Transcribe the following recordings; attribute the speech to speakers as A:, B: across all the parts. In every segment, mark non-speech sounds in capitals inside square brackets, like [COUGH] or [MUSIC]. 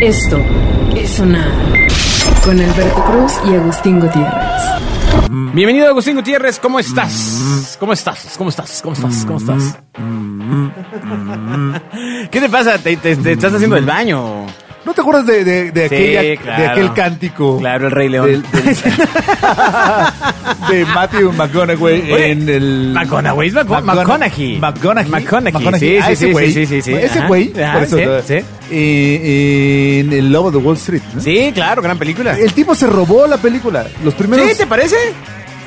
A: Esto es sonar con Alberto Cruz y Agustín Gutiérrez.
B: Bienvenido Agustín Gutiérrez, ¿cómo estás? ¿Cómo estás? ¿Cómo estás? ¿Cómo estás? ¿Cómo estás? ¿Qué te pasa? ¿Te, te- te estás haciendo el baño?
C: ¿No te acuerdas de, de- de
B: Sí,
C: aquella-
B: claro.
C: de aquel cántico
B: Claro, el Rey León.
C: Del-
B: [LAUGHS]
C: de Matthew McConaughey
B: Oye,
C: en el...
B: McConaughey, es Maco-
C: McCona-
B: McConaughey.
C: McConaughey.
B: McConaughey, sí,
C: Ah,
B: sí,
C: ese
B: sí,
C: güey.
B: sí, sí, sí,
C: Ese
B: ajá,
C: güey.
B: ajá,
C: por eso,
B: sí,
C: eh,
B: sí.
C: eh, en El Lobo de Wall Street. ¿no?
B: Sí, claro, gran película.
C: El tipo se robó la película. Los primeros,
B: ¿Sí? Ah. ¿Te parece?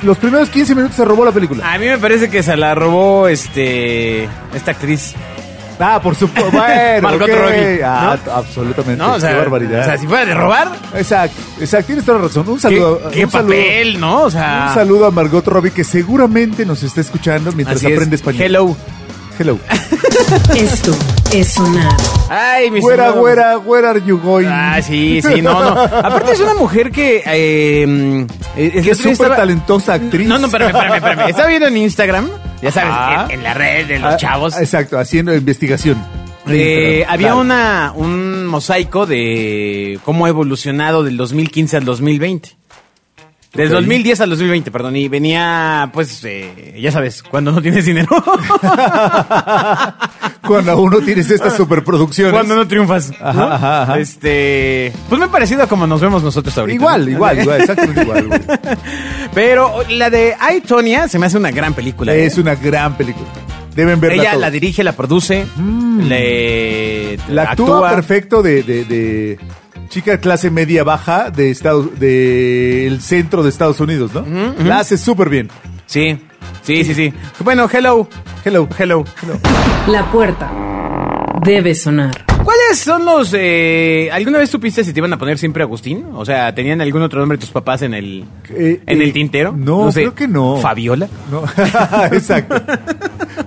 C: los primeros 15 minutos se robó la película.
B: A mí me parece que se la robó este esta actriz.
C: Ah,
B: [LAUGHS]
C: por supuesto. Bueno,
B: Margot
C: ok.
B: Robbie,
C: Ah,
B: ¿no?
C: absolutamente.
B: ¿No? O sea,
C: qué barbaridad.
B: o sea, si fuera de robar,
C: Exacto, exacto. Tienes toda la razón. Un
B: ¿qué,
C: saludo.
B: qué
C: un saludo-
B: papel, ¿no? O sea,
C: Un saludo a Margot Robbie que seguramente nos está escuchando mientras
B: así es.
C: aprende español.
B: Hello. [LAUGHS]
C: Hello.
A: Esto es sonar
B: Ay, mi
C: Güera,
B: señor.
C: güera, where are you going?
B: Ah, sí,
C: [LAUGHS]
B: sí, no, no. Aparte es una mujer que... eh, eh,
C: Que
B: que
C: es súper talentosa actriz.
B: No, no, espérame, espérame, espérame. Estaba viendo en Instagram, ya
C: Ajá.
B: sabes, en, en la red de los
C: Ah,
B: chavos.
C: Exacto, haciendo investigación.
B: eh,
C: Instagram,
B: había
C: claro.
B: una, un mosaico de cómo ha evolucionado del 2015 al 2020. Del
C: Ok.
B: 2010 al 2020, perdón. Y venía, pues, eh, ya sabes, cuando no tienes
C: [LAUGHS]
B: dinero.
C: Cuando uno
B: [LAUGHS]
C: tienes estas superproducciones.
B: cuando no triunfas. ¿no?
C: Ajá, ajá, ajá.
B: Este. Pues me ha parecido a como nos vemos nosotros ahorita.
C: Igual,
B: ¿no? [LAUGHS]
C: igual, igual, exactamente igual. güey.
B: Pero la de I, Tonya se me hace una gran película. ¿eh?
C: Es una gran película. Deben verla.
B: Ella
C: todos.
B: la dirige, la produce, le
C: Mm. La actúa, perfecto de, de- de chica clase media baja de Estados, del centro de Estados Unidos, ¿no? La hace súper bien.
B: Sí, sí, sí, sí. Bueno, hello.
C: Hello.
B: Hello.
A: La puerta debe sonar.
B: ¿Cuáles son los... eh, ¿Alguna vez supiste si te iban a poner siempre Agustín? O sea, ¿tenían algún otro nombre tus papás en el,
C: Eh,
B: en
C: eh,
B: el tintero?
C: No, creo que no.
B: ¿Fabiola?
C: No, [LAUGHS] exacto.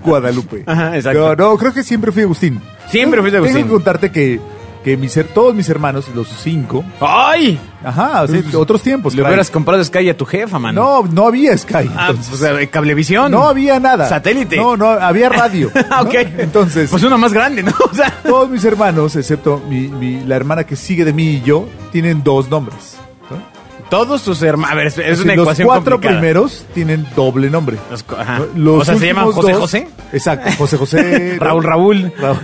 C: Guadalupe.
B: Ajá, exacto.
C: No, no, creo que siempre fui Agustín.
B: Siempre fuiste Agustín.
C: Tengo que contarte que, que mis, her- todos mis hermanos, los cinco,
B: ¡Ay!
C: ajá, o sea, otros tiempos.
B: Le
C: caray.
B: hubieras comprado Sky a tu jefa, mano.
C: No, no había Sky.
B: Ah,
C: entonces.
B: pues, o sea, cablevisión.
C: no había nada.
B: Satélite.
C: No, no, había radio.
B: Ah, [LAUGHS] ok.
C: ¿no? Entonces,
B: Pues uno más grande, ¿no? [LAUGHS] O sea...
C: todos mis hermanos, excepto mi, mi- la hermana que sigue de mí y yo, tienen dos nombres. ¿no?
B: Todos tus hermanos... A ver, es- es
C: Así,
B: una
C: los
B: ecuación
C: cuatro
B: complicada.
C: primeros tienen doble nombre.
B: Los cu- ajá.
C: Los
B: o sea, se llaman
C: últimos
B: José
C: dos-
B: José.
C: Exacto, José José.
B: [LAUGHS] Raúl
C: [LAUGHS]
B: Raúl. [LAUGHS]
C: Raúl.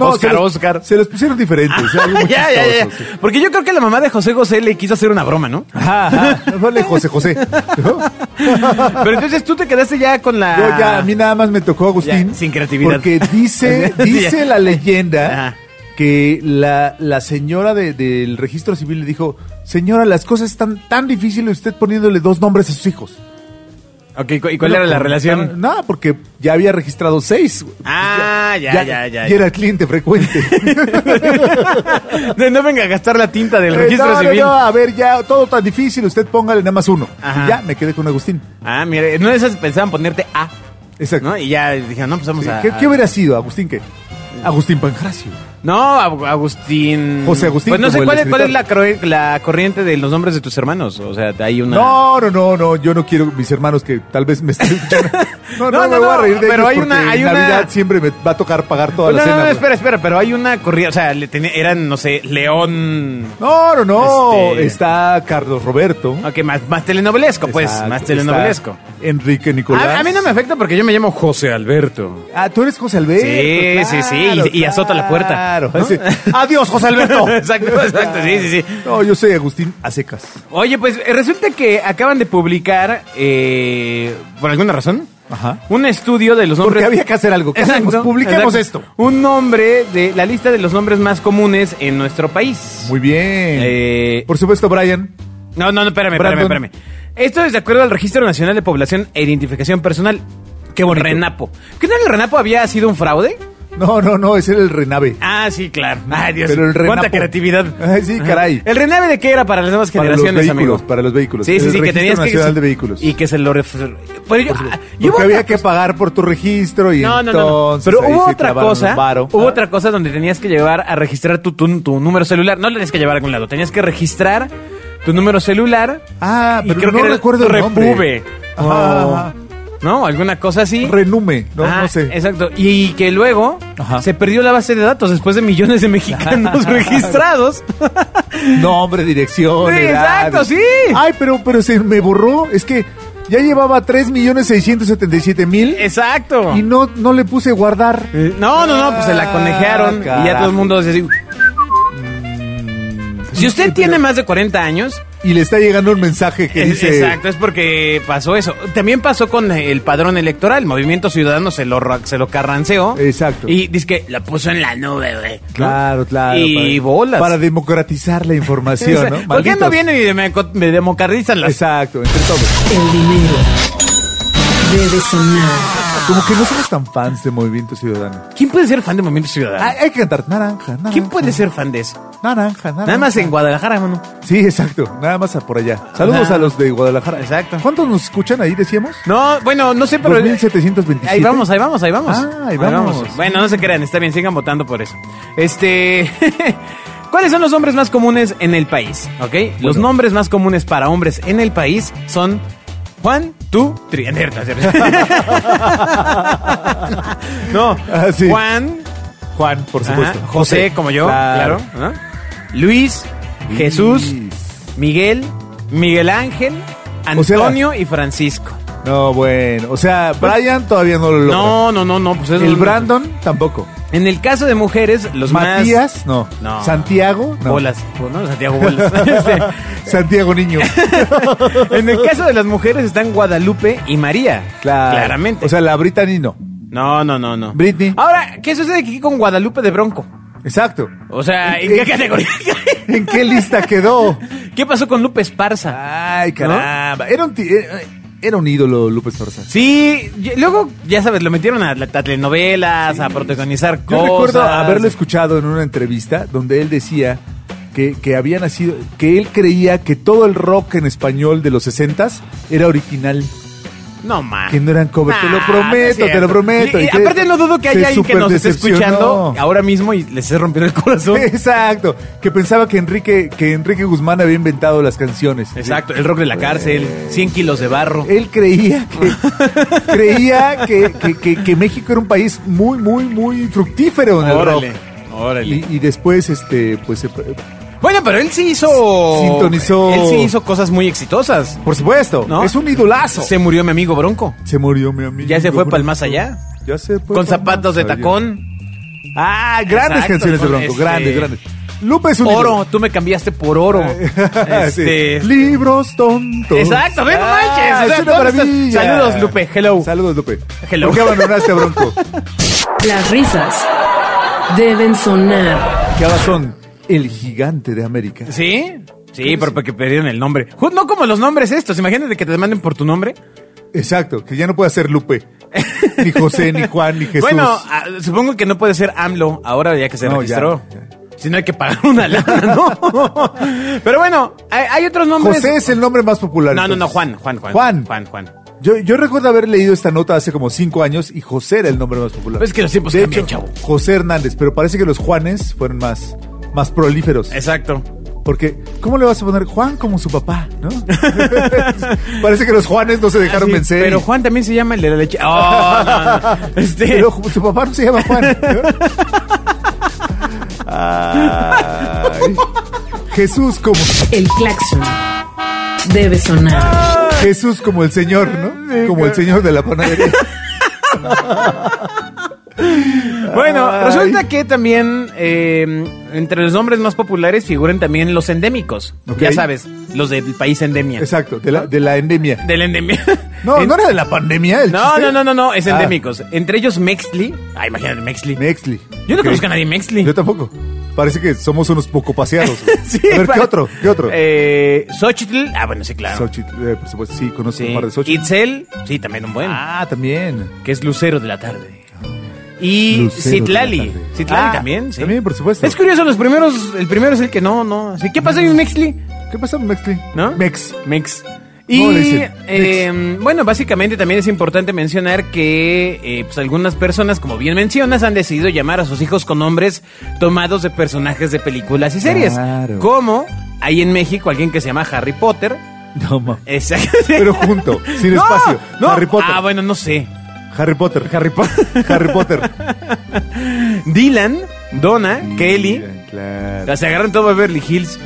B: Oscar,
C: se los,
B: Oscar.
C: Se los pusieron diferentes. ¿eh? algo
B: [LAUGHS]
C: muy
B: ya, ya, ya.
C: chistoso, sí.
B: Porque yo creo que la mamá de José José le quiso hacer una broma,
C: [LAUGHS]
B: ¿no?
C: Ajá, ajá. Vale, José José. ¿no?
B: Pero entonces tú te quedaste ya con la.
C: Yo ya, a mí nada más me tocó Agustín.
B: Ya, sin creatividad.
C: Porque
B: [LAUGHS]
C: dice, dice la leyenda
B: Ajá.
C: que la, la señora de- del registro civil le dijo: Señora, las cosas están tan difíciles usted poniéndole dos nombres a sus hijos.
B: Ok, ¿cu- ¿y cuál era la
C: Pero,
B: relación?
C: Nada, porque ya había registrado seis. güey.
B: Ah, ya, ya, ya.
C: Y era cliente frecuente.
B: [LAUGHS] No, no venga a gastar la tinta del registro
C: Eh, no, no,
B: civil.
C: no, a ver, ya, todo tan difícil, usted póngale nada más uno.
B: Ajá.
C: Y ya, me quedé con Agustín.
B: Ah, mira, no esas pensaban ponerte A,
C: Exacto.
B: ¿no? Y ya dijeron, no, pues vamos a.
C: ¿Qué, qué hubiera sido, Agustín, qué? Agustín Pancracio.
B: No, Ag- Agustín.
C: José Agustín,
B: Pues no sé
C: como el
B: cuál es, cuál es la,
C: escritor.
B: cro- la corriente de los nombres de tus hermanos. O sea, hay una.
C: No, no, no, no, yo no quiero mis hermanos que tal vez
B: [LAUGHS]
C: me estén escuchando. No, no,
B: No,
C: me
B: no,
C: voy a
B: no,
C: reír de
B: pero
C: ellos
B: hay
C: porque
B: una- hay
C: en
B: una-
C: Navidad siempre me va a tocar pagar toda
B: no,
C: la
B: no,
C: cena.
B: no,
C: güey.
B: espera, espera, pero hay una corriente, o sea, le tenía- eran, no sé, León.
C: No, no, no,
B: Este-
C: está Carlos Roberto.
B: Ok, más, más telenovelesco, pues,
C: Está-
B: más telenovelesco.
C: está Enrique Nicolás.
B: A, a mí no me afecta porque yo me llamo José Alberto.
C: Ah, tú eres José Alberto.
B: Sí, sí, sí, y- y azota la puerta,
C: Claro.
B: ¿no?
C: Sí. Adiós, José
B: [LAUGHS]
C: Alberto.
B: Exacto, exacto, sí, sí, sí.
C: No, yo soy Agustín Acecas.
B: Oye, pues eh, resulta que acaban de publicar, eh, por alguna razón,
C: Ajá.
B: un estudio de los nombres.
C: Porque había que hacer algo. ¿Qué
B: Exacto,
C: hacemos? Publiquemos
B: exacto.
C: esto.
B: Un nombre de la lista de los nombres más comunes en nuestro país.
C: Muy bien.
B: Eh,
C: Por supuesto, Brian.
B: No, no, no, espérame, espérame,
C: Brandon.
B: espérame. Esto es de acuerdo al Registro Nacional de Población e Identificación Personal. Qué bonito. Renapo. ¿Qué tal el Renapo había sido un fraude?
C: No, no, no, ese era el Renave.
B: Ah, sí, claro. Ay, Dios.
C: Pero el Renapo.
B: Cuánta creatividad.
C: Ay, sí, caray.
B: ¿El Renave de qué era para las nuevas
C: Para los
B: generaciones,
C: vehículos,
B: amigo?
C: para los vehículos.
B: Sí, sí,
C: El
B: sí, que
C: Registro
B: tenías que...
C: Nacional de Vehículos.
B: Y que se lo... ref- Pero yo... ah, y hubo
C: Porque
B: otra
C: había que
B: cosa-
C: pagar por tu registro y
B: No, no, no, no.
C: entonces
B: Pero
C: ahí
B: hubo
C: se
B: otra
C: clavaron
B: cosa.
C: un varo.
B: Hubo
C: Ah.
B: otra cosa donde tenías que llevar a registrar tu, tu, tu número celular. No lo tenías que llevar a algún lado. Tenías que registrar tu número celular.
C: Ah,
B: Y
C: pero
B: creo
C: no
B: que era
C: recuerdo el nombre.
B: Repube.
C: Ajá, ajá.
B: ¿no? Alguna cosa así.
C: Renume, ¿no?
B: Ah,
C: no sé.
B: Exacto. Y que luego
C: Ajá.
B: se perdió la base de datos después de millones de
C: [LAUGHS]
B: mexicanos registrados.
C: Nombre, dirección,
B: Sí,
C: edad.
B: exacto, sí.
C: Ay, pero, pero se me borró. Es que ya llevaba 3.677.000
B: Exacto.
C: y no, no le puse guardar.
B: Eh, No, no, no, pues se la conejearon
C: Ah,
B: y ya todo el
C: carajo.
B: mundo decía así. Si usted tiene más de 40 años,
C: Y le está llegando un mensaje que
B: es-
C: dice...
B: exacto, es porque pasó eso. También pasó con el padrón electoral. Movimiento Ciudadano se lo, ra- se lo carranceó.
C: Exacto.
B: Y dice que la puso en la nube, güey. ¿no?
C: Claro, claro.
B: Y
C: para,
B: bolas.
C: Para democratizar la información,
B: [LAUGHS]
C: ¿no?
B: ¿Por qué no
C: Malditos.
B: vienen y me, me democratizan las
C: Exacto, entre todos.
A: El dinero debe sonar.
C: Como que no somos tan fans de Movimiento Ciudadano.
B: ¿Quién puede ser fan de Movimiento Ciudadano?
C: Ah, hay que cantar naranja, naranja.
B: ¿Quién puede ser fan de eso?
C: Naranja, naranja.
B: eh, Nada más en Guadalajara, mano.
C: Sí, exacto. Nada más a por allá. Saludos
B: Ajá.
C: a los de Guadalajara.
B: Exacto.
C: ¿Cuántos nos escuchan ahí, decíamos?
B: No, bueno, no sé, pero. eh,
C: 2727.
B: Ahí vamos, ahí vamos, ahí vamos.
C: Ah, ahí vamos.
B: Bueno, no se crean, está bien, sigan votando por eso. Este. [LAUGHS] ¿Cuáles son los nombres más comunes en el país? ¿Ok? Los nombres más comunes para hombres en el país son. Juan, tú, tri. no, no, [LAUGHS] No.
C: Ah, sí.
B: Juan,
C: Juan, por
B: Ajá, José, como yo, claro. ¿no? Luis, Jesús, Miguel, Miguel Ángel,
C: O sea-
B: Antonio y Francisco.
C: No, bueno. O sea, Brian todavía no lo logra.
B: No, no, no, no. Pues es
C: El
B: un-
C: Brandon tampoco.
B: En el caso de mujeres, los más...
C: Matías, no.
B: No.
C: Santiago, no.
B: Bolas. ¿no? Santiago Bolas. Este,
C: [LAUGHS]
B: [LAUGHS]
C: Santiago Niño.
B: en el caso de las mujeres están Guadalupe y María.
C: Claro.
B: Claramente.
C: O sea, la Brittany no.
B: no, no, no, no.
C: Britney.
B: Ahora, ¿qué sucede aquí con Guadalupe de Bronco?
C: Exacto.
B: [LAUGHS] O sea, ¿en qué
C: Eh,
B: categoría? [LAUGHS]
C: ¿En qué lista quedó?
B: ¿Qué pasó con Lupe Esparza?
C: Ay, caramba. Era, un, ti- era- era un ídolo López Torza.
B: Sí, y- luego, ya sabes, lo metieron a, la- a telenovelas, a protagonizar
C: Yo
B: cosas.
C: recuerdo haberlo escuchado en una entrevista donde él decía que, que había nacido, que él creía que todo el rock en español de los 60s era original.
B: No, man.
C: Que no eran covers. Te lo prometo,
B: es cierto.
C: te lo prometo.
B: Y, y
C: Y que-
B: aparte no dudo que
C: se
B: haya alguien que nos esté
C: superdecepcionó.
B: escuchando ahora mismo y les esté rompiendo el corazón.
C: [LAUGHS] Exacto, que pensaba que Enrique, que Enrique Guzmán había inventado las canciones.
B: Exacto, el rock de la cárcel, 100 kilos de barro.
C: Él creía que
B: [LAUGHS]
C: creía que, que- que- que México era un país muy, muy, muy fructífero en el
B: Órale,
C: rock.
B: órale.
C: Y, y después, este, pues se pre-
B: Bueno, pero él sí hizo...
C: Sintonizó-
B: Él sí hizo cosas muy exitosas.
C: Por supuesto,
B: ¿No?
C: es un idolazo.
B: Se murió mi amigo Bronco.
C: Se murió mi amigo.
B: Ya se fue
C: Bronco.
B: pa'l más allá.
C: Ya se fue
B: Con
C: pa'l
B: zapatos
C: más
B: de
C: allá.
B: tacón. Ah,
C: Grandes canciones de Bronco, grandes, grandes. Lupe es un
B: este, Oro, tú me cambiaste por oro.
C: ídolo. [LAUGHS] Sí.
B: Este,
C: Libros tontos.
B: Exacto, ve, no
C: Ah,
B: manches, o sea,
C: es una
B: ¿dónde estás?
C: maravilla.
B: Saludos, Lupe, hello.
C: Saludos, Lupe.
B: Hello.
C: ¿Por qué abandonaste
B: [LAUGHS]
C: a Bronco?
A: Las risas deben sonar.
C: ¿Qué abazón? El gigante de América.
B: ¿Sí? Sí, pero porque perdieron el nombre. Ju- No como los nombres estos. Imagínate que te demanden por tu nombre.
C: Exacto, que ya no puede ser Lupe. Ni José, ni Juan, ni Jesús.
B: Bueno, ah, supongo que no puede ser AMLO ahora ya que se
C: No, ya,
B: registró.
C: ya.
B: Si no hay que pagar una lana,
C: [LAUGHS]
B: ¿no? Pero bueno, hay, hay otros nombres.
C: José es el nombre más popular.
B: No, no, no,
C: entonces.
B: Juan, Juan, Juan.
C: Juan.
B: Juan, Juan.
C: Yo, yo recuerdo haber leído esta nota hace como cinco años y José era el nombre más popular.
B: Pues es que los tiempos
C: De
B: cambian,
C: hecho,
B: chavo.
C: José Hernández, pero parece que los Juanes fueron más, más prolíferos.
B: Exacto.
C: Porque, ¿cómo le vas a poner Juan como su papá,
B: [LAUGHS]
C: no? parece que los Juanes no se dejaron
B: Ah, Sí,
C: vencer.
B: Pero Juan también se llama el de la leche. Oh, no, no.
C: [LAUGHS]
B: Este,
C: Pero su papá no se llama Juan. Ay. Jesús como
A: El claxon debe sonar.
C: Jesús como el señor, ¿no? Como el señor de
B: [LAUGHS]
C: la panadería.
B: Bueno,
C: Ay.
B: resulta que también eh, entre los nombres más populares figuran también los endémicos.
C: Ok.
B: Ya sabes, los del país endemia.
C: Exacto, de la, de la endemia.
B: Del endemia. [LAUGHS]
C: No,
B: En-
C: no era de la pandemia el
B: no,
C: chiste.
B: no, no, no, no, es
C: Ah.
B: endémicos. Entre ellos Mextli. Ah, imagínate Mextli.
C: Mextli.
B: Yo no
C: Ok.
B: conozco a nadie en Mextli.
C: Yo tampoco. Parece que somos unos poco paseados.
B: [LAUGHS] Sí,
C: a ver,
B: para-
C: ¿qué otro? ¿Qué otro?
B: Eh, Xochitl. Ah, bueno, sí, claro.
C: Xochitl, eh, por supuesto, sí, conozco
B: Sí.
C: un par de Xochitl.
B: Itzel. Sí, también un buen.
C: Ah, también.
B: que es Lucero de la tarde. Y
C: Lucero de
B: Citlali.
C: la tarde.
B: Citlali
C: Ah,
B: también, sí.
C: también, por supuesto.
B: Es curioso, los primeros, el primero es el que no, no. Así, ¿Qué pasa en Mextli?
C: ¿Qué pasa, Mextli?
B: ¿No?
C: Mex.
B: Mex. Y
C: ¿Cómo le dicen?
B: eh, bueno, básicamente también es importante mencionar que eh, pues algunas personas, como bien mencionas, han decidido llamar a sus hijos con nombres tomados de personajes de películas y series.
C: Claro.
B: Como hay en México alguien que se llama Harry Potter,
C: [LAUGHS] No, ma.
B: Exacto.
C: Pero
B: [LAUGHS]
C: junto, sin
B: No,
C: espacio.
B: no.
C: Harry Potter.
B: Ah, bueno, no sé.
C: Harry Potter.
B: [LAUGHS] Harry Potter.
C: [LAUGHS] Harry Potter.
B: Dylan, Donna, [LAUGHS] Kelly. Ah,
C: Mira, claro.
B: O sea, se agarran todo Beverly Hills.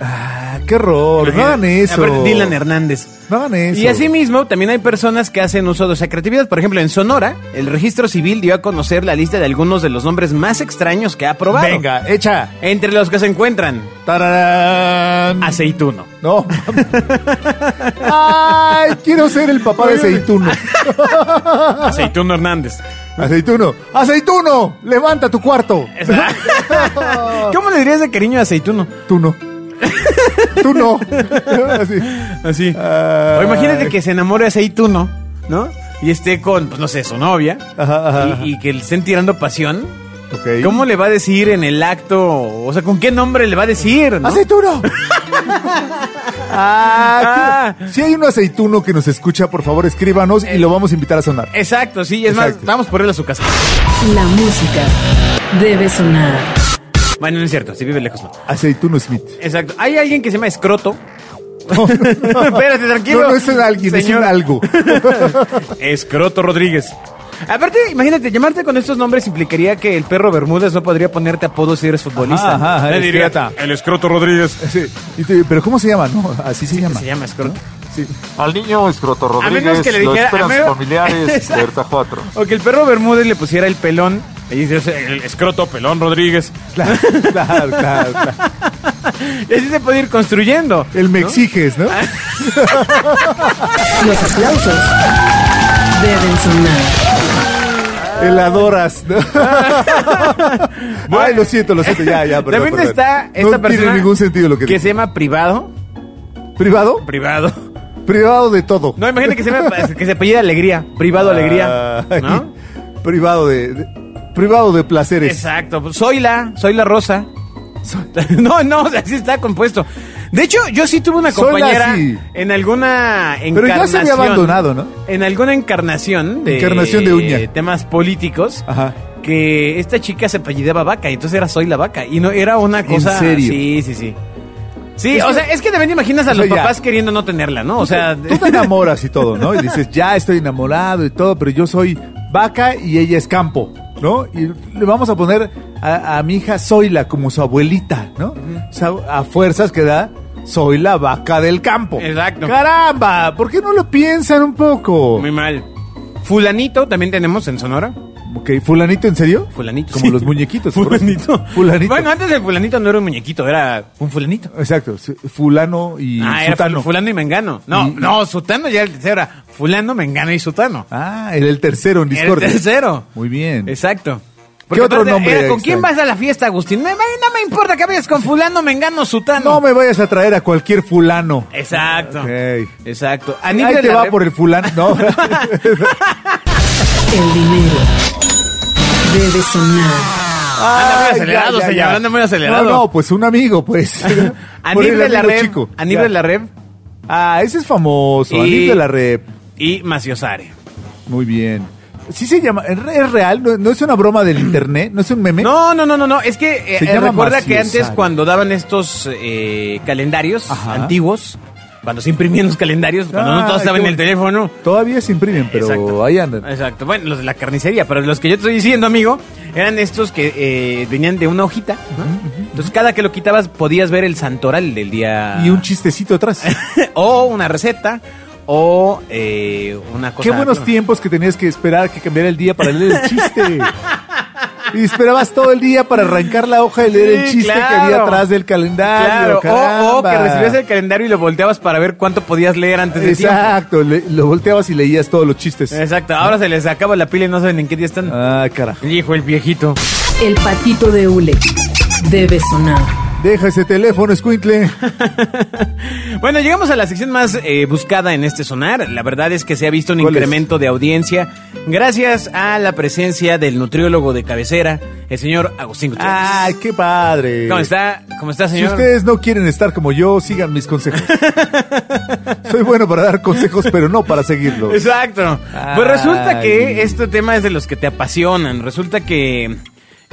C: Ah, qué horror. No hagan
B: Imagínate.
C: eso.
B: Aparte, Dylan Hernández.
C: No hagan eso.
B: Y asimismo, también hay personas que hacen uso de esa creatividad. Por ejemplo, en Sonora, el registro civil dio a conocer la lista de algunos de los nombres más extraños que ha probado.
C: Venga, echa.
B: Entre los que se encuentran,
C: Tararán.
B: aceituno.
C: No. Ay, quiero ser el papá de aceituno.
B: Aceituno Hernández.
C: Aceituno. Aceituno, levanta tu cuarto.
B: [LAUGHS] ¿Cómo le dirías de cariño a aceituno?
C: Tú no. Tú no. Así.
B: Así.
C: Ay.
B: O imagínate que se enamore aceituno, ¿no? Y esté con, pues no sé, su novia.
C: Ajá, ajá, ajá.
B: Y, y que le estén tirando pasión.
C: Ok.
B: ¿Cómo le va a decir en el acto? O sea, ¿con qué nombre le va a decir? no?
C: ¡Aceituno! ah,
B: Ah.
C: Si hay un aceituno que nos escucha, por favor, escríbanos y lo vamos a invitar a sonar.
B: Exacto, sí, es
C: Exacto.
B: más, vamos por él a su casa.
A: La música debe sonar.
B: Bueno, no es cierto, si vive lejos no.
C: Aceituno Smith.
B: Exacto. Hay alguien que se llama escroto. [LAUGHS]
C: [LAUGHS]
B: Espérate, tranquilo.
C: No, no es un alguien, es
B: Señor. [LAUGHS]
C: un algo.
B: Escroto Rodríguez. Aparte, imagínate, llamarte con estos nombres implicaría que el perro Bermúdez no podría ponerte apodo si eres futbolista.
C: Ajá, ajá,
B: Le
C: es
B: diría,
C: pirata.
B: el escroto Rodríguez.
C: Sí. Y te- Pero ¿cómo se llama? No, así se llama.
B: Se llama escroto.
C: Sí.
D: Al niño Escroto
B: A
D: Rodríguez
B: menos que le dijera-
D: lo esperan
B: a
D: sus
B: menos- [LAUGHS]
D: familiares de
B: Exacto.
D: Berta 4.
B: O que el perro Bermúdez le pusiera el pelón. Y dices, el escroto pelón Rodríguez.
C: Claro, claro, claro, claro.
B: Y así se puede ir construyendo.
C: El me exiges, ¿no?
A: Los aplausos deben sonar.
C: El adoras.
B: [LAUGHS]
C: ¿no? Ay, lo siento, lo siento. Ya, ya, perdón,
B: También
C: perdón.
B: está esta
C: No
B: persona
C: tiene ningún sentido lo que,
B: que
C: dice.
B: se llama privado.
C: ¿Privado?
B: Privado.
C: Privado de todo.
B: No, imagínate que se, me- [LAUGHS] que se apellida Alegría, privado Alegría,
C: Ay,
B: ¿no?
C: Privado de, de- Privado de placeres.
B: Exacto, soy la, soy la Rosa. [LAUGHS] No, no, o sea, así está compuesto. De hecho, yo sí tuve una
C: Soy la
B: compañera
C: sí.
B: en alguna encarnación.
C: Pero ya se había abandonado, ¿no?
B: En alguna encarnación de,
C: Encarnación de uña. Ah.
B: temas políticos.
C: Ajá.
B: Que esta chica se apellidaba Vaca y entonces era Soy la Vaca. Y no era una cosa.
C: serio?
B: Sí, sí, sí. Sí,
C: Es
B: o
C: que-
B: sea, es que también imaginas a
C: o
B: los
C: sea, ya.
B: papás queriendo no tenerla, ¿no? O sea,
C: Tú te enamoras y todo, ¿no? Y dices, ya estoy enamorado y todo, pero yo soy vaca y ella es campo, ¿no? Y le vamos a poner a, a mi hija Zoila como su abuelita, ¿no? O sea, a fuerzas que da, soy la vaca del campo.
B: Exacto.
C: ¡Caramba! ¿Por qué no lo piensan un poco?
B: muy mal. Fulanito también tenemos en Sonora.
C: Ok, ¿fulanito en serio?
B: Fulanito.
C: Como
B: sí.
C: los
B: [LAUGHS]
C: muñequitos. por eso.
B: Fulanito.
C: Fulanito.
B: Bueno, antes el fulanito no era un muñequito, era un fulanito.
C: Exacto, su- fulano y
B: ah, era
C: sutano.
B: fulano y mengano. No,
C: Y-
B: no, sutano ya el tercero era fulano, mengano y sutano.
C: Ah, era el tercero en Discord.
B: El tercero.
C: Muy bien.
B: Exacto.
C: ¿Qué otro
B: aparte
C: nombre
B: era,
C: hay
B: ¿Con quién
C: extraño?
B: vas a la fiesta, Agustín? Me- me- no me importa que vayas con fulano, mengano, sutano.
C: No me vayas a traer a cualquier fulano.
B: Exacto.
C: Ok.
B: Exacto. Anita
C: Ahí te
B: la
C: va
B: Re-
C: por el fulano.
B: [LAUGHS]
C: No,
A: El dinero debe sonar.
C: Ah,
B: muy acelerado, señor, anda muy acelerado.
C: No, no, pues un amigo, pues. [LAUGHS] Por
B: [LAUGHS] Anib
C: el
B: de la
C: amigo
B: Rev.
C: chico.
B: Anib
C: Ya.
B: de la Rev
C: Ah, ese es famoso.
B: Y-
C: Anib de la Rep.
B: y Maciosare.
C: Muy bien. Sí se llama. ¿Es real? ¿No, no es una
B: [CLEARS THROAT]
C: broma del internet? ¿No es un meme?
B: No, no, no, no, no. Es que eh,
C: ¿Eh? Se
B: eh,
C: llama
B: recuerda
C: Macio
B: que antes
C: Sara.
B: cuando daban estos eh, calendarios
C: Ajá.
B: antiguos, cuando se imprimían los calendarios, cuando no
C: Ah,
B: todos estaban
C: qué
B: en el
C: bueno.
B: teléfono.
C: Todavía se imprimen, pero ahí andan.
B: Exacto. Bueno, los de la carnicería, pero los que yo te estoy diciendo, amigo, eran estos que eh, venían de una hojita. ¿no? Entonces, cada que lo quitabas podías ver el santoral del día.
C: Y un chistecito atrás.
B: [LAUGHS] o una receta, o eh, una cosa.
C: Qué buenos
B: no.
C: tiempos que tenías que esperar que cambiara el día para leer
B: [LAUGHS]
C: el chiste. Y esperabas todo el día para arrancar la hoja y leer el
B: Sí,
C: chiste que
B: claro.
C: había atrás del calendario.
B: Claro, o, o que
C: caramba.
B: recibías el calendario y lo volteabas para ver cuánto podías leer antes de tiempo.
C: Exacto, le- lo volteabas y leías todos los chistes.
B: Exacto, ahora se les acaba la pila y no saben en qué día están.
C: Ah, carajo.
B: Hijo, el viejito.
A: El patito de hule debe sonar.
C: Deja ese teléfono, Squintle.
B: Bueno, llegamos a la sección más eh, buscada en este sonar. La verdad es que se ha visto un
C: ¿Cuál es?
B: incremento de audiencia gracias a la presencia del nutriólogo de cabecera, el señor Agustín Gutiérrez.
C: Ay, qué padre.
B: ¿Cómo está? ¿Cómo está,
C: Si
B: señor?
C: ustedes no quieren estar como yo, sigan
B: [LAUGHS]
C: mis consejos. Soy bueno para dar consejos, pero no para seguirlos.
B: Exacto. Pues resulta
C: Ay.
B: que este tema es de los que te apasionan. Resulta que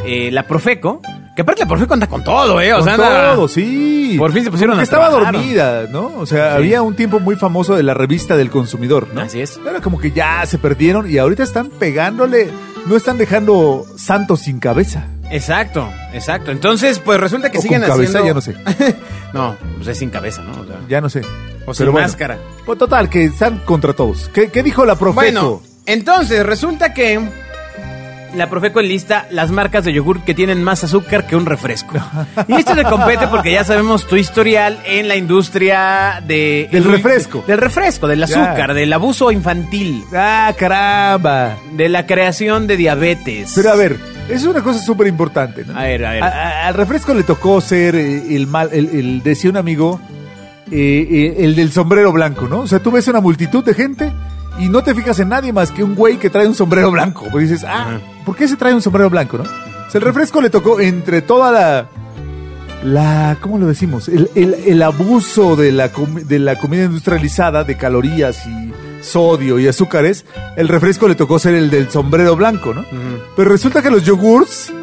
B: eh, la Profeco Que aparte la Porfi cuenta con todo, ¿eh? O
C: Con
B: sea, anda-
C: todo, sí.
B: Por fin se pusieron
C: Porque
B: a
C: estaba
B: trabajar.
C: dormida, ¿no? O sea,
B: Sí.
C: había un tiempo muy famoso de la revista del consumidor, ¿no?
B: Así es.
C: Era como que ya se perdieron y ahorita están pegándole, no están dejando santos sin cabeza.
B: Exacto, exacto. Entonces, pues resulta que
C: O
B: siguen
C: con cabeza,
B: haciendo.
C: ya no sé.
B: no, pues es sin cabeza, ¿no? O sea,
C: Ya no sé.
B: O sin máscara.
C: Pues total, que están contra todos. ¿Qué, qué dijo la profeta?
B: Bueno, entonces resulta que la Profeco lista las marcas de yogur que tienen más azúcar que un refresco. Y esto le compete porque ya sabemos tu historial en la industria de...
C: Del refresco.
B: Del refresco, del azúcar, del abuso infantil,
C: Ah, caramba.
B: de la creación de diabetes.
C: Pero a ver, es una cosa súper importante, ¿no?
B: A ver, Pues a ver.
C: al refresco le tocó ser eh, el mal, el, el- decía un amigo, eh, eh, el del sombrero blanco, ¿no? O sea, tú ves una multitud de gente y no te fijas en nadie más que un güey que trae un sombrero blanco. Pues dices, ah, ¿por qué se trae un sombrero blanco, no? O sea, el refresco le tocó entre toda la. La, ¿cómo lo decimos? El, el- el abuso de la, comi- de la comida industrializada, de calorías y sodio y azúcares, el refresco le tocó ser el del sombrero blanco, ¿no? Pero resulta que los yogurts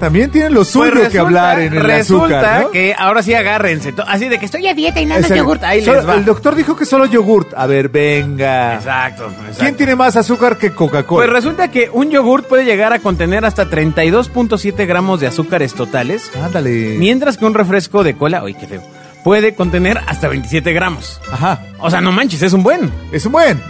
C: también tienen lo suyo
B: Pues
C: que
B: resulta-
C: hablar en el
B: Resulta
C: azúcar, ¿no?
B: que ahora sí agárrense. to- Así de que estoy a dieta y nada
C: Exacto.
B: de yogur. Ahí
C: Solo-
B: les va.
C: El doctor dijo que solo yogurt. A ver, venga.
B: Exacto, exacto.
C: ¿Quién tiene más azúcar que
B: Pues
C: Coca-Cola?
B: resulta que un yogurt puede llegar a contener hasta 32.7 gramos de azúcares totales,
C: Ándale.
B: mientras que un refresco de cola, uy, qué feo, puede contener hasta 27 gramos.
C: Ajá.
B: O sea, no manches, es un buen.
C: Es un buen.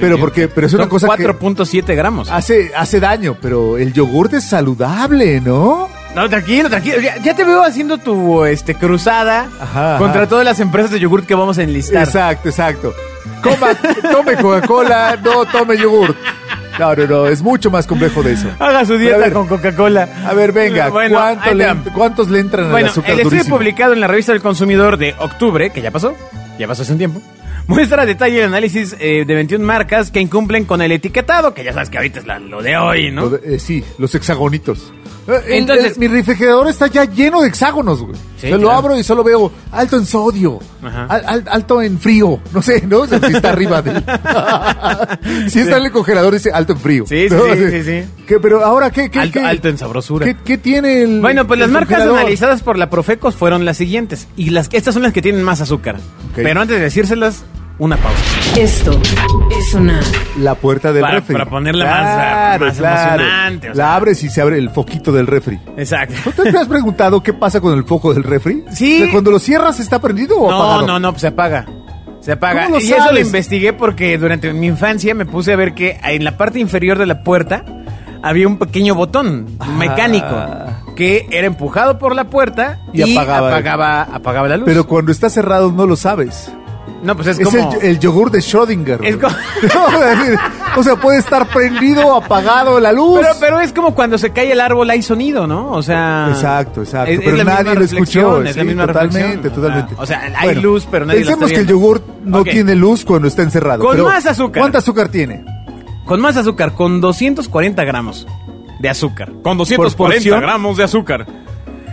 C: Pero porque- pero es una
B: Son
C: cosa que-
B: 4.7 gramos.
C: Hace, hace daño, pero el yogurt es saludable, ¿no?
B: No, tranquilo, tranquilo. Ya, ya te veo haciendo tu este cruzada
C: Ajá, ajá.
B: contra todas las empresas de yogurt que vamos a enlistar.
C: Exacto, exacto. Coma, tome Coca-Cola, no tome yogurt. No, no, no, es mucho más complejo de eso.
B: Haga su dieta
C: Pero a ver,
B: con Coca-Cola.
C: A ver, venga,
B: Bueno,
C: ¿cuánto
B: ahí
C: le-
B: te va.
C: ¿cuántos le entran al
B: Bueno,
C: azúcar
B: el estudio
C: durísimo?
B: publicado en la revista del consumidor de octubre, que ya pasó, ya pasó hace un tiempo, [LAUGHS] muestra a detalle el análisis eh, de 21 marcas que incumplen con el etiquetado, que ya sabes que ahorita es la- lo de hoy, ¿no?
C: Lo de- eh, sí, los hexagonitos. Eh, eh,
B: Entonces-
C: eh, mi refrigerador está ya lleno de hexágonos, güey.
B: Sí,
C: Yo lo
B: claro.
C: abro y solo veo alto en sodio,
B: Ajá.
C: al- al- alto en frío, no sé, ¿no? O sea, Si está
B: [LAUGHS]
C: arriba del... [LAUGHS] si está en el congelador dice alto en frío.
B: Sí, sí,
C: ¿no?
B: sí,
C: Así.
B: sí, sí.
C: ¿Qué- pero ahora, ¿qué? qué-
B: alto,
C: qué-
B: alto en sabrosura.
C: ¿Qué, qué tiene el
B: Bueno, pues
C: el
B: las marcas
C: congelador?
B: analizadas por la Profecos fueron las siguientes, y las estas son las que tienen más azúcar.
C: Ok.
B: Pero antes de decírselas, una pausa.
A: Esto es sonar.
C: La puerta del
B: Para-
C: refri.
B: para ponerla más, más emocionante, o
C: La
B: sea.
C: abres y se abre el foquito del refri.
B: Exacto.
C: ¿No te has preguntado qué pasa con el foco del refri?
B: Sí.
C: O sea, cuando lo cierras, ¿está prendido o apagado?
B: No, no, no, pues se apaga. Se apaga.
C: Oh, ¿Cómo lo
B: y eso lo
C: sabes?
B: investigué porque durante mi infancia me puse a ver que en la parte inferior de la puerta había un pequeño botón
C: Ah.
B: mecánico que era empujado por la puerta
C: Y
B: y,
C: apagaba.
B: apagaba, apagaba, la luz.
C: Pero cuando está cerrado no lo sabes.
B: no, pues es,
C: Es
B: como...
C: el, el yogur de Schrödinger.
B: Es
C: güey.
B: co-
C: [LAUGHS] o sea, puede estar prendido o apagado la luz.
B: Pero, pero es como cuando se cae el árbol hay sonido, ¿no? O sea...
C: Exacto, exacto.
B: es- es
C: pero
B: la
C: nadie
B: misma
C: lo escuchó.
B: reflexión, Es
C: sí,
B: la misma
C: totalmente,
B: reflexión. Ah,
C: totalmente.
B: O sea, hay
C: Bueno,
B: luz, pero nadie la
C: Pensemos
B: está
C: que el
B: viendo.
C: yogur no
B: Ok.
C: tiene luz cuando está encerrado.
B: Con
C: pero
B: más azúcar.
C: ¿Cuánta azúcar tiene?
B: Con más azúcar, con 240 gramos de azúcar. Con
C: 240
B: gramos de azúcar.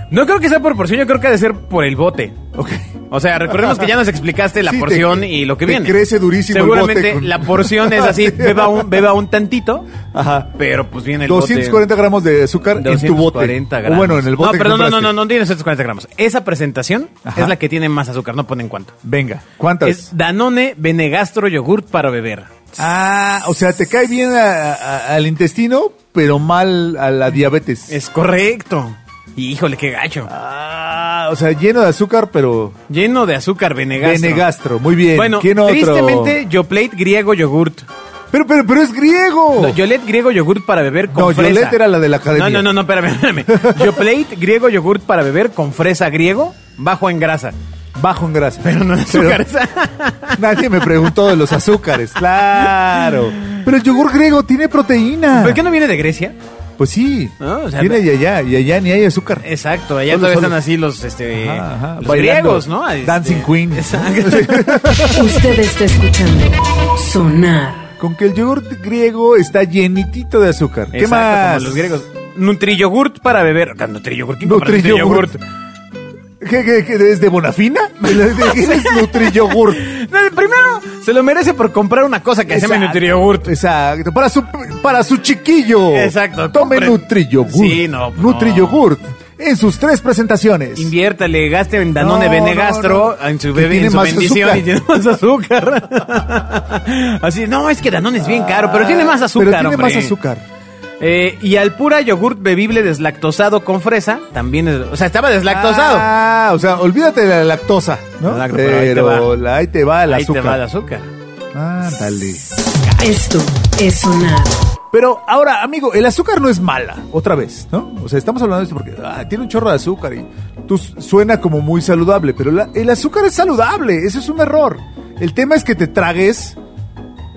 B: No creo que sea por porción, yo creo que ha de ser por el bote.
C: Ok.
B: O sea, recordemos que ya nos explicaste la
C: Sí, te-
B: porción y lo que
C: te
B: viene.
C: crece durísimo el
B: Seguramente
C: bote con-
B: la porción es
C: [LAUGHS]
B: así, beba un, beba un tantito,
C: Ajá.
B: pero pues viene el bote.
C: 240 gramos de azúcar en tu bote.
B: 240 gramos.
C: O bueno, en el bote.
B: No,
C: que
B: perdón, no, no,
C: compraste.
B: no, no tiene 240 gramos. Esa presentación
C: Ajá.
B: es la que tiene más azúcar, no ponen cuánto.
C: Venga, ¿cuántas?
B: Es Danone Benegastro Yogurt para beber.
C: Ah, o sea, te cae bien a- a- al intestino, pero mal a la diabetes.
B: Es correcto. Híjole, qué gacho.
C: Ah, o sea, lleno de azúcar, pero
B: Lleno de azúcar, Benegastro.
C: Benegastro, muy bien.
B: Bueno,
C: ¿Quién otro?
B: tristemente, Yoplait griego yogurt.
C: Pero, pero, pero es griego.
B: No, Yolet griego yogurt para beber con
C: Oh. No,
B: fresa.
C: Yolet era la de la academia.
B: No, no, no, no espérame, espérame.
C: [LAUGHS]
B: Yoplait griego yogurt para beber con fresa griego, bajo en grasa.
C: Bajo en grasa.
B: Pero no en azúcar.
C: [LAUGHS] Nadie me preguntó de los azúcares, claro. Pero el yogur griego tiene proteína.
B: ¿Por qué no viene de Grecia?
C: Pues sí,
B: No, o sea,
C: viene de allá, y allá ni hay azúcar.
B: Exacto, allá
C: Solo,
B: todavía
C: solo.
B: están así los, este,
C: Ajá, ajá,
B: los
C: bailando.
B: griegos, ¿no? Este,
C: Dancing Queen. [LAUGHS]
B: Exacto.
A: Usted está escuchando sonar.
C: Con que el yogur griego está llenitito de azúcar. ¿Qué
B: Exacto,
C: más?
B: Como los griegos. Nutri-yogurt para beber. Nutri-yogurt. ¿quién compra
C: Nutri-yogurt.
B: Nutri-yogurt?
C: ¿Qué, qué, qué, es
B: [LAUGHS]
C: de Bonafina? ¿Quién es Nutri-yogur?
B: No, primero, se lo merece por comprar una cosa que se llama
C: Exacto,
B: Nutri-yogurt.
C: Exacto. Para su, para su chiquillo.
B: Exacto,
C: Tome
B: compren.
C: Nutri-yogur.
B: Sí, no, no.
C: Nutri-yogur. en sus tres presentaciones.
B: Inviértale, gaste en Danone
C: No,
B: Benegastro,
C: no, no.
B: en su
C: Que
B: bebé,
C: tiene
B: en su
C: más
B: bendición
C: azúcar.
B: y tiene más azúcar. [LAUGHS] Así, no, es que Danone es bien caro, pero tiene más azúcar,
C: Ah, Pero tiene
B: hombre.
C: más azúcar.
B: Eh, y al pura yogurt bebible deslactosado con fresa, también es, o sea, estaba deslactosado.
C: Ah, o sea, olvídate de la lactosa, ¿no?
B: Exacto, pero
C: pero
B: ahí te va.
C: la- ahí te va el
B: Ahí
C: azúcar.
B: te va el azúcar.
C: Ándale.
A: Esto es sonar.
C: Pero ahora, amigo, el azúcar no es mala, otra vez, ¿no? O sea, estamos hablando de esto porque ah, tiene un chorro de azúcar y tú suena como muy saludable, pero la- el azúcar es saludable, eso es un error. El tema es que te tragues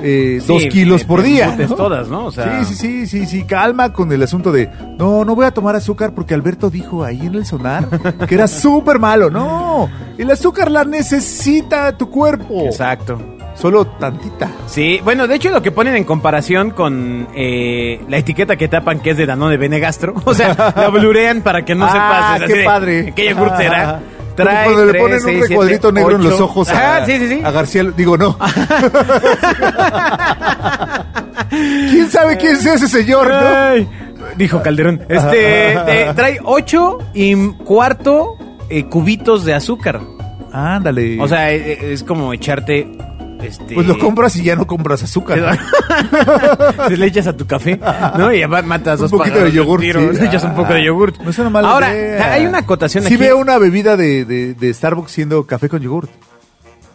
C: eh,
B: Sí,
C: dos kilos
B: te-
C: por
B: te
C: día.
B: embutes todas, ¿no? O sea-
C: sí, sí, sí, sí, sí, calma con el asunto de, no, no voy a tomar azúcar porque Alberto dijo ahí en el sonar que
B: [LAUGHS]
C: era súper malo. No, el azúcar la necesita tu cuerpo.
B: Exacto.
C: Solo tantita.
B: Sí, bueno, de hecho lo que ponen en comparación con eh, la etiqueta que tapan que es de Danone Benegastro, [LAUGHS] o sea, la blurean para que no
C: Ah,
B: sepas. es así
C: qué
B: de,
C: padre.
B: ¿Qué yogurt será?
C: Ah. cuando le
B: tres,
C: ponen
B: seis,
C: un
B: siete,
C: recuadrito negro en
B: ocho.
C: los ojos a,
B: Ah, sí, sí, sí.
C: a García, Lu-
B: [LAUGHS]
C: digo no. ¿Quién sabe quién es ese señor, no?
B: Ay, Dijo Calderón. Este te trae ocho y cuarto eh, cubitos de azúcar.
C: Ándale.
B: O sea, eh, eh, es como echarte. Este,
C: pues lo compras y ya no
B: [LAUGHS]
C: compras azúcar.
B: Se le echas a tu café, ¿no? Y ya va- matas
C: Un
B: dos
C: poquito
B: pájaros
C: de
B: de un
C: yogurt,
B: tiro.
C: sí.
B: Le echas un poco de yogurt.
C: No es una mala
B: Ahora,
C: idea.
B: hay una acotación
C: Sí
B: aquí.
C: veo una bebida de, de, de Starbucks siendo café con yogurt.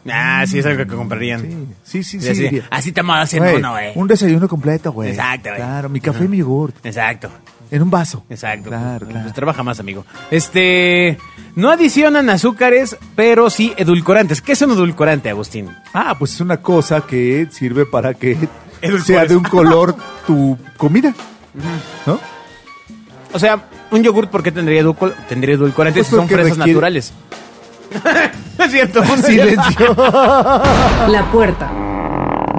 B: Ah, sí, es algo que comprarían.
C: Sí, sí, sí.
B: Y así, "Ah,
C: diría.
B: así te vamos a hacer
C: Güey,
B: uno, eh.
C: Un desayuno completo, güey.
B: Exacto, güey.
C: Claro, mi café y mi yogurt.
B: Exacto,
C: En un vaso.
B: exacto.
C: Claro,
B: Pues,
C: claro.
B: pues trabaja más, amigo. Este. No adicionan azúcares, pero sí edulcorantes. ¿Qué es un edulcorante, Agustín?
C: Ah, pues es una cosa que sirve
B: [LAUGHS]
C: para que
B: Edulcores.
C: sea de
B: [LAUGHS]
C: un color tu comida. ¿No?
B: O sea, un yogurt, ¿por qué tendría, edulco- tendría edulcorantes
C: Pues
B: si son
C: porque
B: fresas
C: requiere-
B: naturales? [LAUGHS] es cierto.
C: Un [LAUGHS] silencio.
A: La puerta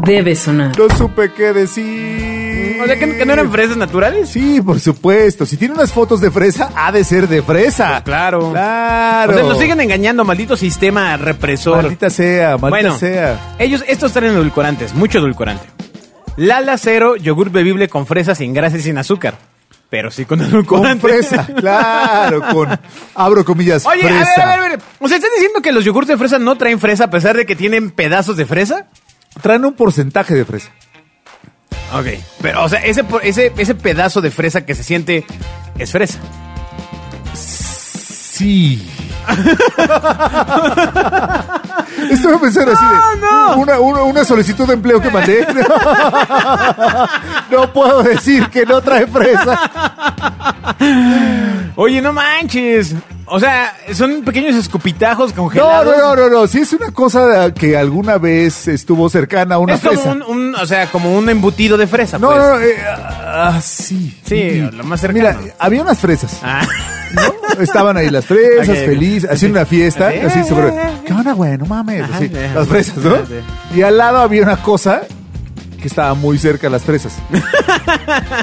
A: debe sonar.
C: No supe qué decir.
B: [LAUGHS] O sea, ¿que, que no eran fresas naturales?
C: Sí, por supuesto. Si tiene unas fotos de fresa, ha de ser de fresa.
B: Pues claro.
C: Claro.
B: O sea, nos siguen engañando, maldito sistema represor.
C: Maldita sea, maldita sea.
B: ellos, estos traen edulcorantes, mucho edulcorante. Lala cero, yogur bebible con fresas sin grasa y sin azúcar. Pero sí con
C: Con
B: edulcorante. [LAUGHS]
C: fresa, claro, con abro comillas.
B: Oye,
C: fresa.
B: a ver, a ver, a ver. O sea, ¿están diciendo que los yogurts de fresa no traen fresa a pesar de que tienen pedazos de fresa?
C: Traen un porcentaje de fresa.
B: Ok. Pero, o sea, ese, po- ese, ese pedazo de fresa que se siente es fresa. [LAUGHS]
C: Sí. Estuve pensando así de Una, una- una solicitud de empleo que mandé. No puedo decir que no trae fresa.
B: Oye, no manches. O sea, son pequeños escupitajos
C: No,
B: congelados.
C: no, no, no, no. Sí es una cosa que alguna vez estuvo cercana a una
B: es
C: fresa.
B: como un, un- o sea, como un embutido de fresa,
C: No,
B: pues.
C: no, no. eh, ah, sí.
B: Sí, lo más cercano.
C: Mira, había unas fresas.
B: Ah.
C: ¿no? Estaban ahí las fresas,
B: Ok, ok.
C: feliz, haciendo una fiesta,
B: Sí.
C: así
B: Eh,
C: sobre,
B: eh, eh.
C: ¿qué onda, güey? No mames,
B: Ajá,
C: así,
B: sí.
C: las fresas, ¿no?
B: Sí.
C: Y al lado había una cosa que estaba muy cerca a las fresas.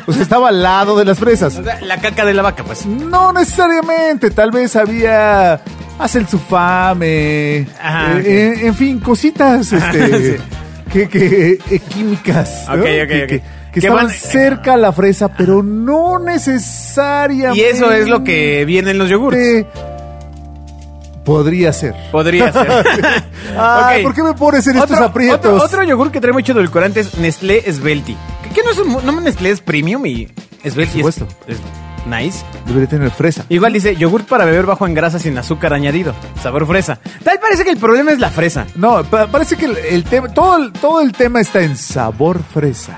C: o sea, estaba al lado de las fresas.
B: O sea, la caca de la vaca, pues.
C: No necesariamente, tal vez había el sufame,
B: Ajá,
C: eh,
B: ok.
C: en, en fin, cositas este, que, que, eh, químicas. ¿no?
B: Ok, ok,
C: que,
B: ok.
C: que- que
B: Que
C: estaban
B: van- eh,
C: cerca a la fresa, pero no necesariamente.
B: Y eso es lo que viene en los yogurts.
C: Este, Podría ser.
B: Podría
C: [LAUGHS]
B: ser.
C: Ah,
B: Ok.
C: ¿por qué me pones en estos
B: Otro-
C: aprietos?
B: Otro, otro yogur que trae mucho edulcorante es Nestlé Svelti. ¿Qué, qué no es un, no Nestlé es premium y Svelti
C: Por
B: es-
C: supuesto.
B: es nice?
C: Debería tener fresa.
B: Igual dice yogur para beber bajo en grasa sin azúcar añadido. Sabor fresa. Tal parece que el problema es la fresa.
C: No, pa- parece que el, el tema, todo el, todo el tema está en sabor fresa.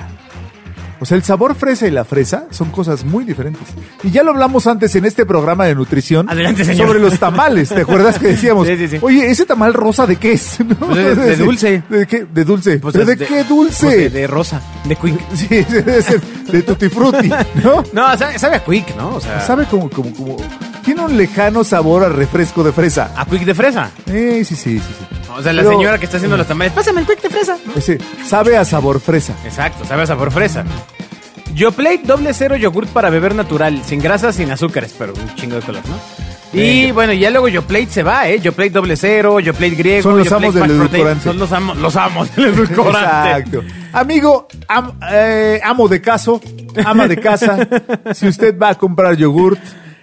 C: O sea, el sabor fresa y la fresa son cosas muy diferentes. Y ya lo hablamos antes en este programa de nutrición.
B: Adelante, señor.
C: Sobre los tamales, ¿te acuerdas que decíamos?
B: [LAUGHS] Sí, sí, sí.
C: Oye, ¿ese tamal rosa de qué es? [LAUGHS] ¿No?
B: Pues de- de dulce.
C: ¿De qué? ¿De dulce?
B: Pues
C: ¿Pero de,
B: es
C: qué dulce?
B: pues de, de rosa, de quick.
C: [LAUGHS] Sí, [LAUGHS] debe ser de tutti frutti, ¿no?
B: No, sabe, sabe a quick, ¿no? O sea,
C: Pues Sabe como, como, como. Tiene un lejano sabor a refresco de fresa.
B: a quick de fresa.
C: Eh, sí, sí, sí, sí.
B: O sea, la
C: Pero-
B: señora que está haciendo los tamales, pásame el quick de fresa.
C: Ese, sabe a sabor fresa.
B: Exacto, sabe a sabor fresa. Yoplate doble cero yogurt para beber natural, sin grasas, sin azúcares, pero un chingo de color, ¿no?
C: Eh,
B: Y bueno, ya luego Yoplate se va, ¿eh? Yoplate doble cero, Yoplate griego.
C: Son los
B: Yoplate
C: amos del
B: Max Protein.
C: edulcorante.
B: Son los amos, los amos del edulcorante.
C: Exacto. Amigo, am-
B: [LAUGHS]
C: eh, amo de caso, ama de casa. si usted va a comprar yogurt,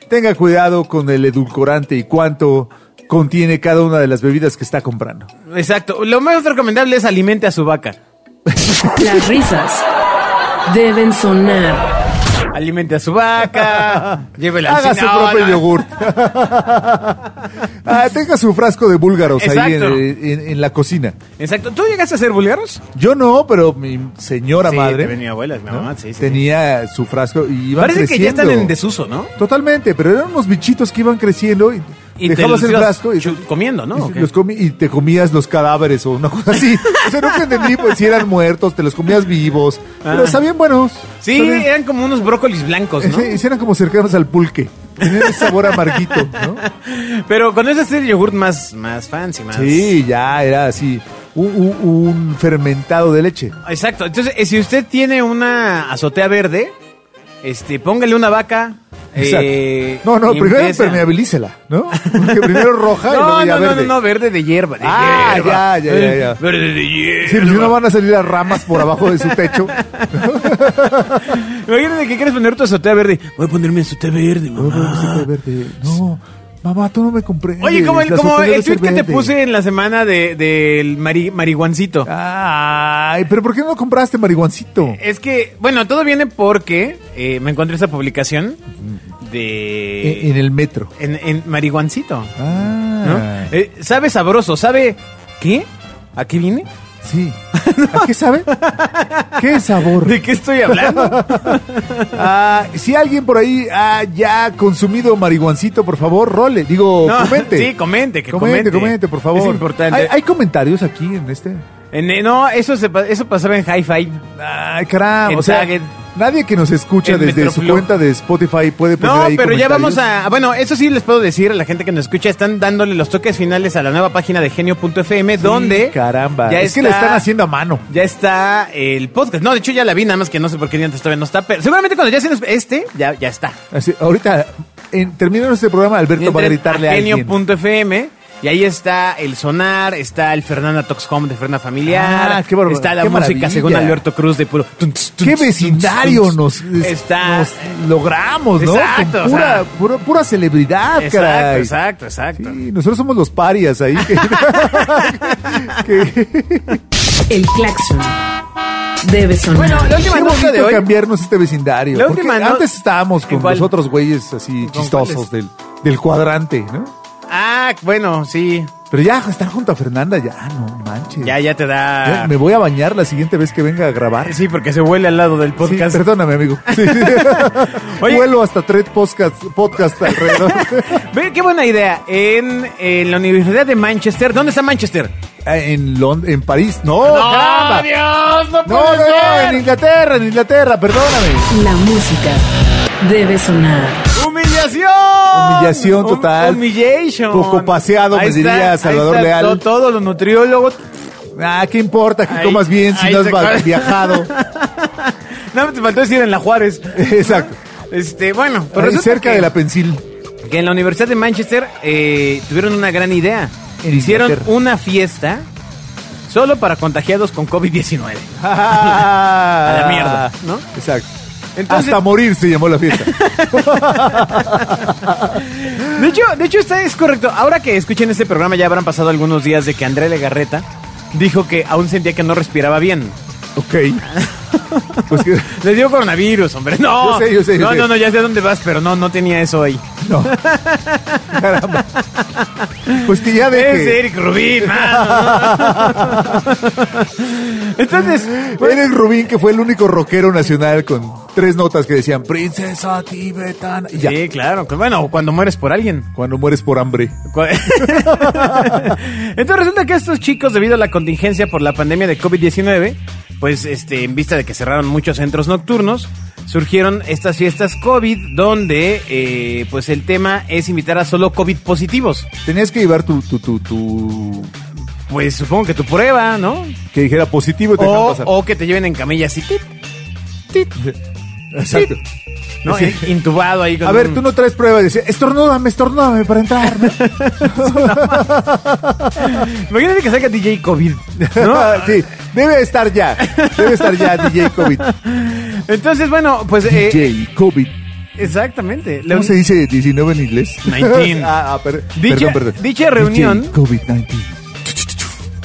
C: tenga cuidado con el edulcorante y cuánto contiene cada una de las bebidas que está comprando.
B: Exacto. Lo más recomendable es alimente a su vaca.
A: Las risas deben sonar.
B: Alimente a su
C: [LAUGHS]
B: vaca. llévela al
C: Haga su
B: cine. No,
C: propio
B: no.
C: yogur. Ah, tenga su frasco de búlgaros ahí en,
B: Exacto.
C: en- en la cocina.
B: Exacto. ¿Tú llegaste a ser búlgaros?
C: Yo no, pero mi señora
B: Sí,
C: madre
B: también mi abuela, mi mamá, sí, sí, sí.
C: tenía su frasco y iban
B: Parece que ya
C: creciendo.
B: están en desuso, ¿no?
C: Totalmente, pero eran unos bichitos que iban creciendo y,
B: Y te
C: dejabas
B: los
C: el
B: ibas
C: frasco y
B: chu- comiendo, ¿no?
C: y
B: ¿O qué?
C: los comi- y te comías los cadáveres o una
B: [LAUGHS]
C: cosa así. o sea, nunca entendí pues, si eran muertos, te los comías vivos. Pero
B: Ah.
C: sabían buenos.
B: Sí,
C: Sabían-
B: eran como unos brócolis blancos,
C: [LAUGHS]
B: ¿no?
C: Ese- ese eran como cercanos al pulque. Tenían ese sabor amarguito,
B: [LAUGHS]
C: ¿no?
B: Ah, Pero con ese es el yogurt más, más fancy, más...
C: Sí, ya era así. Un, un- un fermentado de leche.
B: Exacto. Entonces, eh, si usted tiene una azotea verde, este, póngale una vaca.
C: Exacto.
B: eh,
C: no, no,
B: y
C: primero
B: empieza-
C: impermeabilícela, ¿no? Porque primero roja y luego
B: [LAUGHS] No,
C: ya
B: no, no,
C: verde.
B: no, no, verde de hierba. de
C: Ah,
B: hierba.
C: ya, ya, ya, ya.
B: Verde de [LAUGHS] hierba.
C: Sí, pues, si no van a salir las ramas por abajo de su techo. [LAUGHS]
B: Imagínate que quieres poner tu azotea verde. Voy a ponerme azotea verde,
C: No, no,
B: mamá.
C: no, sí, verde. eh. No, mamá, tú no me comprendes.
B: Oye, como el,
C: La
B: como
C: azotea
B: el
C: debe ser
B: tweet que te
C: verde.
B: puse en la semana de- del mari- marihuancito.
C: Ay, pero ¿por qué no compraste marihuancito?
B: Es que, bueno, todo viene porque eh, me encontré esta publicación de...
C: En en el metro.
B: en, en marihuancito. ¿no?
C: Ah,
B: Eh, sabe sabroso, sabe... ¿Qué? ¿A qué viene?
C: sí. ¿A qué sabe? ¿Qué sabor?
B: ¿De qué estoy
C: [LAUGHS]
B: hablando?
C: Ah, si alguien por ahí ha ya consumido marihuancito, por favor, role. Digo,
B: No,
C: comente.
B: Sí, comente, que
C: comente,
B: comente.
C: comente, por favor.
B: Es importante.
C: ¿Hay, hay comentarios aquí en este?
B: En- eh, no, eso, se, pa- eso pasaba en High Five.
C: Ay, caramba.
B: En
C: O sea,
B: Target.
C: nadie que nos escucha
B: En
C: desde su
B: Metroflog.
C: cuenta de Spotify puede poner
B: No,
C: Pues ahí
B: pero ya
C: comentarios.
B: vamos a. Bueno, eso sí les puedo decir a la gente que nos escucha, están dándole los toques finales a la nueva página de genio.fm,
C: Sí,
B: donde.
C: Caramba.
B: Ya
C: es que le están haciendo a mano.
B: Ya está el podcast. No, de hecho ya la vi, nada más que no sé por qué antes todavía no está. Pero seguramente cuando ya se nos- este, ya, ya está.
C: Así, ahorita, en, terminando este programa, Alberto va a
B: Entren
C: gritarle a alguien.
B: Genio.fm. Y ahí está el sonar, está el Fernanda Talks Home de Fernanda Familiar,
C: Ah, qué barba-
B: está la
C: qué
B: música
C: maravilla.
B: según Alberto Cruz de puro. tunts, tunts,
C: ¿Qué
B: tunts,
C: vecindario
B: tunts,
C: nos, es-
B: Está-
C: nos logramos, no?
B: Exacto,
C: Con
B: o
C: pura,
B: sea.
C: pura, pura celebridad,
B: Exacto,
C: caray.
B: exacto, exacto.
C: Sí, nosotros somos los parias ahí. [LAUGHS] Que- que-
A: El claxon debe sonar.
B: Bueno, la última
C: Qué
B: nota de
C: bonito
B: hoy.
C: cambiarnos este vecindario.
B: La
C: porque
B: última no-
C: antes estábamos con
B: ¿Cuál?
C: los otros güeyes así chistosos
B: cuáles?
C: del, del cuadrante, ¿no?
B: Ah, bueno, sí.
C: Pero ya estar junto a Fernanda, ya, no manches.
B: Ya, ya te da.
C: Ya, me voy a bañar la siguiente vez que venga a grabar.
B: Sí, porque se huele al lado del podcast.
C: Sí,
B: [LAUGHS]
C: perdóname, amigo. Sí.
B: Oye.
C: Vuelo hasta tres podcasts
B: [LAUGHS]
C: podcast alrededor.
B: Ve, qué buena idea. En, eh, la Universidad de Manchester. ¿Dónde está Manchester?
C: Ah, en, Lond- en París. No, caramba.
B: Dios!
C: No, no, no, en Inglaterra, en Inglaterra, perdóname.
A: La música debe sonar.
B: ¡Humillación!
C: Humillación total.
B: Hum- humillation.
C: Poco paseado, me diría Salvador
B: ahí
C: Leal.
B: to- Todos los nutriólogos.
C: Ah, ¿qué importa que
B: Ahí-
C: comas bien si
B: ahí
C: no has
B: se
C: va-
B: acaba. [LAUGHS]
C: viajado?
B: Nada más te faltó decir en la Juárez.
C: Exacto.
B: Este, bueno,
C: Por
B: resulta
C: cerca
B: que-
C: de la pensil.
B: que en la Universidad de Manchester eh, tuvieron una gran idea.
C: En
B: Hicieron
C: Inglaterra.
B: una fiesta solo para contagiados con [LAUGHS]
C: [LAUGHS]
B: COVID-19.
C: A
B: la mierda, Ah, ¿no?
C: Exacto.
B: Entonces-
C: Hasta morir se llamó
B: [LAUGHS]
C: la fiesta.
B: De hecho, de hecho está es correcto. Ahora que escuchen este programa ya habrán pasado algunos días de que Andrea Legarreta dijo que aún sentía que no respiraba bien.
C: ok. Pues que-
B: Le dio coronavirus, hombre. No.
C: Yo sé, yo sé, yo
B: no,
C: sé.
B: no, no, ya sé a dónde vas, pero no no tenía eso ahí.
C: no. Caramba. Pues que ya
B: Es
C: deje.
B: Eric Rubín,
C: [LAUGHS]
B: mano. Entonces,
C: Eric Rubín, que fue el único rockero nacional con tres notas que decían Princesa tibetana. Y ya.
B: sí, claro. Bueno, cuando mueres por alguien.
C: Cuando mueres por hambre.
B: Cu- [LAUGHS] Entonces resulta que estos chicos, debido a la contingencia por la pandemia de COVID-19, pues este, en vista de que cerraron muchos centros nocturnos, surgieron estas fiestas COVID, donde eh, pues el tema es invitar a solo COVID positivos.
C: Tenías que llevar tu, tu, tu, tu-
B: Pues supongo que tu prueba, ¿no?
C: que dijera positivo y te dejaban
B: O,
C: pasar.
B: o que te lleven en camilla así, tit,
C: Exacto.
B: ¿no?
C: Sí.
B: Eh, [LAUGHS] Intubado ahí. con
C: A ver,
B: un-
C: tú no traes pruebas. Decía, estornúdame, estornúdame para entrar.
B: Imagínate que salga DJ
C: [LAUGHS]
B: COVID, [LAUGHS] ¿no?
C: sí, debe estar ya. [LAUGHS] Debe estar ya DJ COVID.
B: Entonces, bueno, pues... eh,
C: DJ COVID.
B: Exactamente. La
C: ¿Cómo
B: un-
C: se dice 19 en inglés?
B: 19.
C: [LAUGHS] ah, ah, per-
B: Dicha-
C: perdón, perdón.
B: dicha reunión-
C: DJ COVID-19.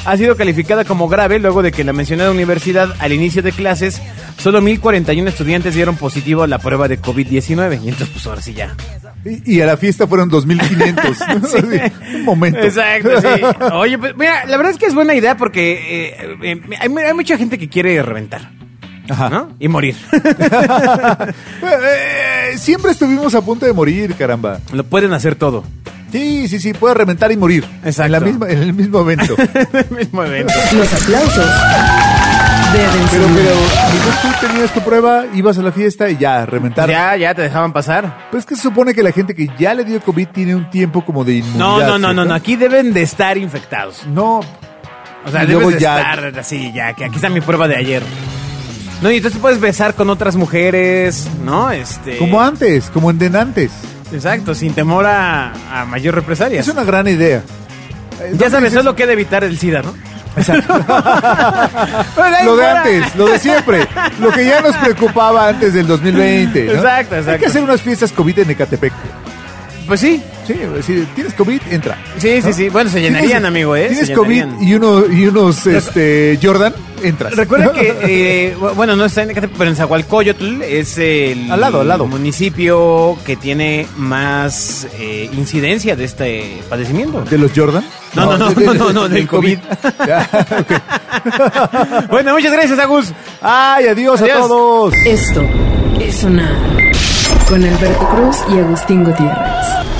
B: ha sido calificada como grave luego de que la mencionada universidad al inicio de clases solo 1041 estudiantes dieron positivo a la prueba de COVID-19 y entonces pues ahora sí
C: [LAUGHS]
B: ya.
C: Y, y a la fiesta fueron 2500.
B: [LAUGHS]
C: ¿no?
B: Sí.
C: Así, Un momento. [LAUGHS]
B: Exacto, sí. Oye, pues mira, la verdad es que es buena idea porque eh, eh, hay, hay mucha gente que quiere reventar,
C: Ajá.
B: ¿no? Y morir. [LAUGHS]
C: Eh, eh, siempre estuvimos a punto de morir, caramba.
B: Lo pueden hacer todo. [LAUGHS]
C: Sí, sí, sí, puede reventar y morir.
B: Exacto.
C: En, la misma, en el
B: [LAUGHS]
C: mismo evento. pero,
B: El mismo evento.
A: Los aplausos deben
C: pero,
A: sonar.
C: entonces tú tenías tu prueba, ibas a la fiesta y ya, reventar.
B: Ya, ya te dejaban pasar.
C: Pues es que se supone que la gente que ya le dio COVID tiene un tiempo como de inmunidad.
B: No, no, no, no, no.
C: ¿cierto?
B: Aquí deben de estar infectados.
C: No.
B: O sea,
C: Y
B: debes
C: luego
B: de
C: ya-
B: estar así, ya, que aquí está mi prueba de ayer. No, y entonces puedes besar con otras mujeres, ¿no? Este.
C: Como antes, como en denantes.
B: Exacto, sin temor a, a mayor represalia.
C: Es una
B: [LAUGHS]
C: gran idea. Eh,
B: Ya
C: ¿no
B: sabes,
C: dices-
B: es lo que ha de evitar el SIDA, ¿no?
C: [LAUGHS] Lo de
B: fuera.
C: antes, lo de siempre. Lo que ya nos preocupaba antes del 2020. ¿no?
B: Exacto,
C: Hay
B: exacto.
C: que hacer unas fiestas COVID en Ecatepec.
B: Pues sí.
C: Sí, si tienes COVID, entra.
B: Sí, sí, sí. Bueno, se llenarían,
C: Tienes-
B: amigo, ¿eh?
C: Tienes
B: Se
C: COVID
B: llenarían.
C: y, uno, y unos este, Jordan, entras. [LAUGHS]
B: Recuerda que, eh, bu- bueno, no está en Ecatepec, pero en Zacualcoyotl es el
C: Al lado, al lado.
B: municipio que tiene más eh, incidencia de este padecimiento.
C: ¿De los Jordan?
B: No, no, no,
C: [LAUGHS] de- de-
B: no, no, no, del
C: [LAUGHS] Ya, ok.
B: Bueno, muchas gracias, Agus.
C: Ay, adiós,
B: Adiós.
C: a todos.
A: Esto es sonar. Con Alberto Cruz y Agustín Gutiérrez.